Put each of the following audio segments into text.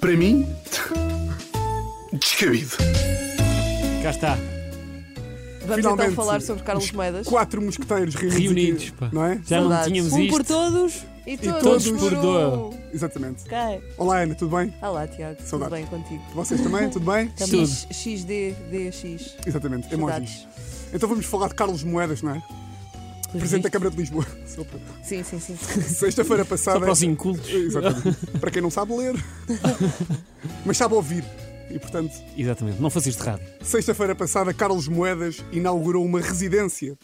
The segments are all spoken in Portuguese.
para mim, descabido. Cá está. Vamos então Finalmente, falar sobre Carlos Moedas. Quatro mosqueteiros reunidos. Reunidos, aqui, pá. Não é? Já não Saudades. tínhamos Um isto. por todos e todos, um. todos por dois. Exatamente. Ok. Olá, Ana, tudo bem? Olá, Tiago. Tudo Saudades. bem contigo? Vocês também? Tudo bem? Também XD, DX. Exatamente, Saudades. emojis. Então vamos falar de Carlos Moedas, não é? Os Presidente vistos. da Câmara de Lisboa. Só para- Sim, sim, sim. Sexta-feira Só passada. para os incultos. Exatamente. Para quem não sabe ler, mas sabe ouvir. E portanto, Exatamente, não fazes de rádio. sexta-feira passada, Carlos Moedas inaugurou uma residência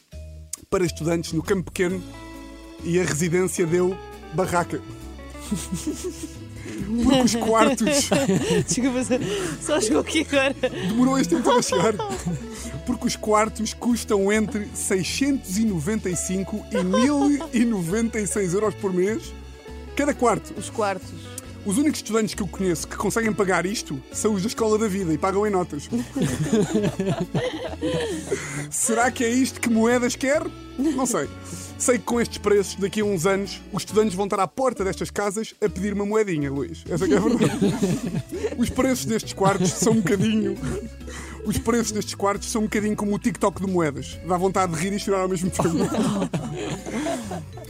para estudantes no Campo Pequeno e a residência deu barraca. Porque os quartos. Desculpa, só- só chegou aqui agora. Demorou este tempo a chegar. Porque os quartos custam entre 695 e 1096 euros por mês. Cada quarto. Os quartos. Os únicos estudantes que eu conheço que conseguem pagar isto são os da escola da vida e pagam em notas. Será que é isto que Moedas quer? Não sei. Sei que com estes preços, daqui a uns anos, os estudantes vão estar à porta destas casas a pedir uma moedinha, Luís. Essa que é a verdade. Os preços destes quartos são um bocadinho. Os preços destes quartos são um bocadinho como o TikTok de Moedas. Dá vontade de rir e chorar ao mesmo tempo.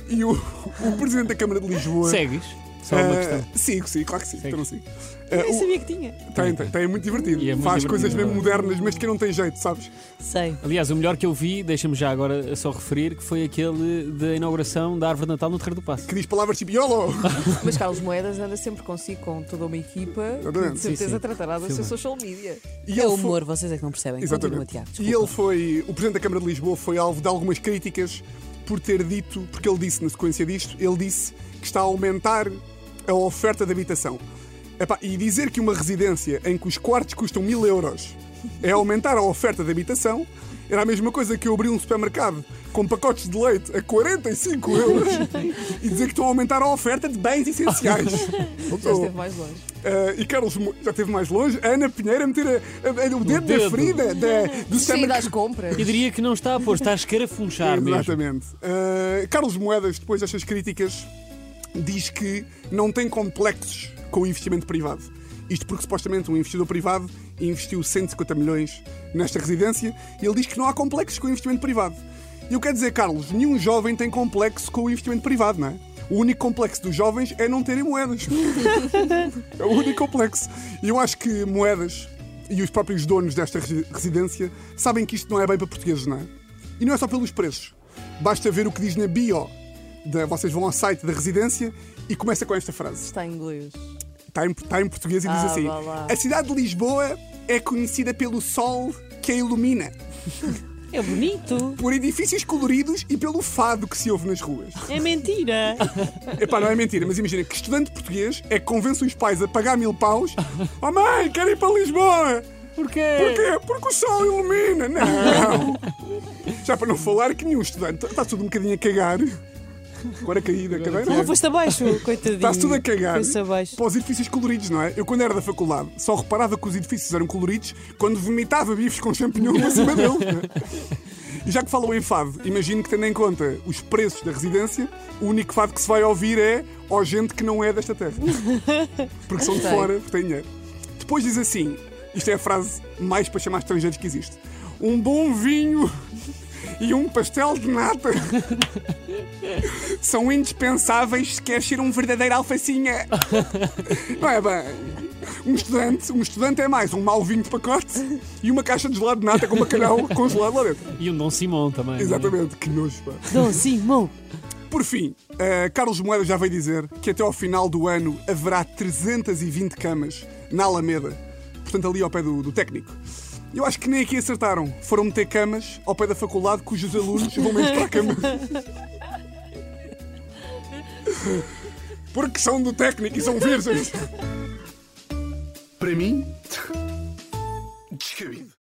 E o, o presidente da Câmara de Lisboa. Segues? Só uma Ah, questão. Sigo, sim, claro que sim. Sim. Então não sigo. Eu sabia que tinha. tem, tem, tem, é muito divertido. E é muito Faz divertido. coisas mesmo modernas, mas que não tem jeito, sabes? Sei. Aliás, o melhor que eu vi, deixa-me já agora só referir, que foi aquele da inauguração da árvore de Natal no Terreiro do Passo. Que diz palavras tipo YOLO! Mas Carlos Moedas anda sempre consigo com toda uma equipa que Exatamente. de Sim, certeza sim. tratará do Sim, seu bem. social media. E É ele o foi- humor, vocês é que não percebem. Continua, Exatamente. Tiago. E ele foi. O presidente da Câmara de Lisboa foi alvo de algumas críticas por ter dito, porque ele disse na sequência disto, ele disse que está a aumentar a oferta de habitação. Epá, e dizer que uma residência em que os quartos custam mil euros é aumentar a oferta de habitação era a mesma coisa que eu abrir um supermercado com pacotes de leite a 45 euros e dizer que estão a aumentar a oferta de bens essenciais. Então, Já esteve mais longe. Ah, e Carlos Mo- já esteve mais longe. A Ana Pinheira a meter a- a- a- o dedo, dedo. na ferida da, Saí do sistema. das compras. Eu diria que não está a pôr, está a escarafunchar mesmo. Exatamente. Ah, Carlos Moedas, depois destas críticas, diz que não tem complexos com o investimento privado. Isto porque supostamente um investidor privado investiu 150 milhões nesta residência e ele diz que não há complexos com o investimento privado. E eu quero dizer, Carlos, nenhum jovem tem complexo com o investimento privado, não é? O único complexo dos jovens é não terem moedas. É o único complexo. E eu acho que moedas e os próprios donos desta resi- residência sabem que isto não é bem para portugueses, não é? E não é só pelos preços. Basta ver o que diz na bio. Da, vocês vão ao site da residência e começa com esta frase. Está em inglês. Está em, está em português e diz Ah, assim: vá lá. A cidade de Lisboa é conhecida pelo sol que a ilumina, É bonito. por edifícios coloridos e pelo fado que se ouve nas ruas. É mentira. Epá, não é mentira, mas imagina que estudante português é que convence os pais a pagar mil paus. Oh mãe, quero ir para Lisboa! Porquê? Porquê? Porque o sol ilumina, não! Já para não falar que nenhum estudante está tudo um bocadinho a cagar. Agora caí da cadeira. Não foste abaixo, coitadinho. Estás tudo a cagar Foi-se abaixo. para os edifícios coloridos, não é? Eu, quando era da faculdade, só reparava que os edifícios eram coloridos quando vomitava bifes com champignon acima é? dele. E já que falam em fado, imagino que, tendo em conta os preços da residência, o único fado que se vai ouvir é ó gente que não é desta terra. Porque são de Sei. fora, porque têm dinheiro. Depois diz assim: isto é a frase mais para chamar estrangeiros que existe. Um bom vinho e um pastel de nata são indispensáveis se queres ser um verdadeiro alfacinha. Não é bem. Um estudante, um estudante é mais um mau vinho de pacote e uma caixa de gelado de nata com bacalhau congelado lá dentro. E um Dom Simão também. não é? Exatamente, que nojo, pá. Dom Simão. Por fim, eh, Carlos Moeda já veio dizer que até ao final do ano haverá 320 camas na Alameda, portanto ali ao pé do, do técnico. Eu acho que nem aqui acertaram. Foram meter camas ao pé da faculdade cujos alunos vão mesmo para a cama. Porque são do técnico e são virgens. Para mim,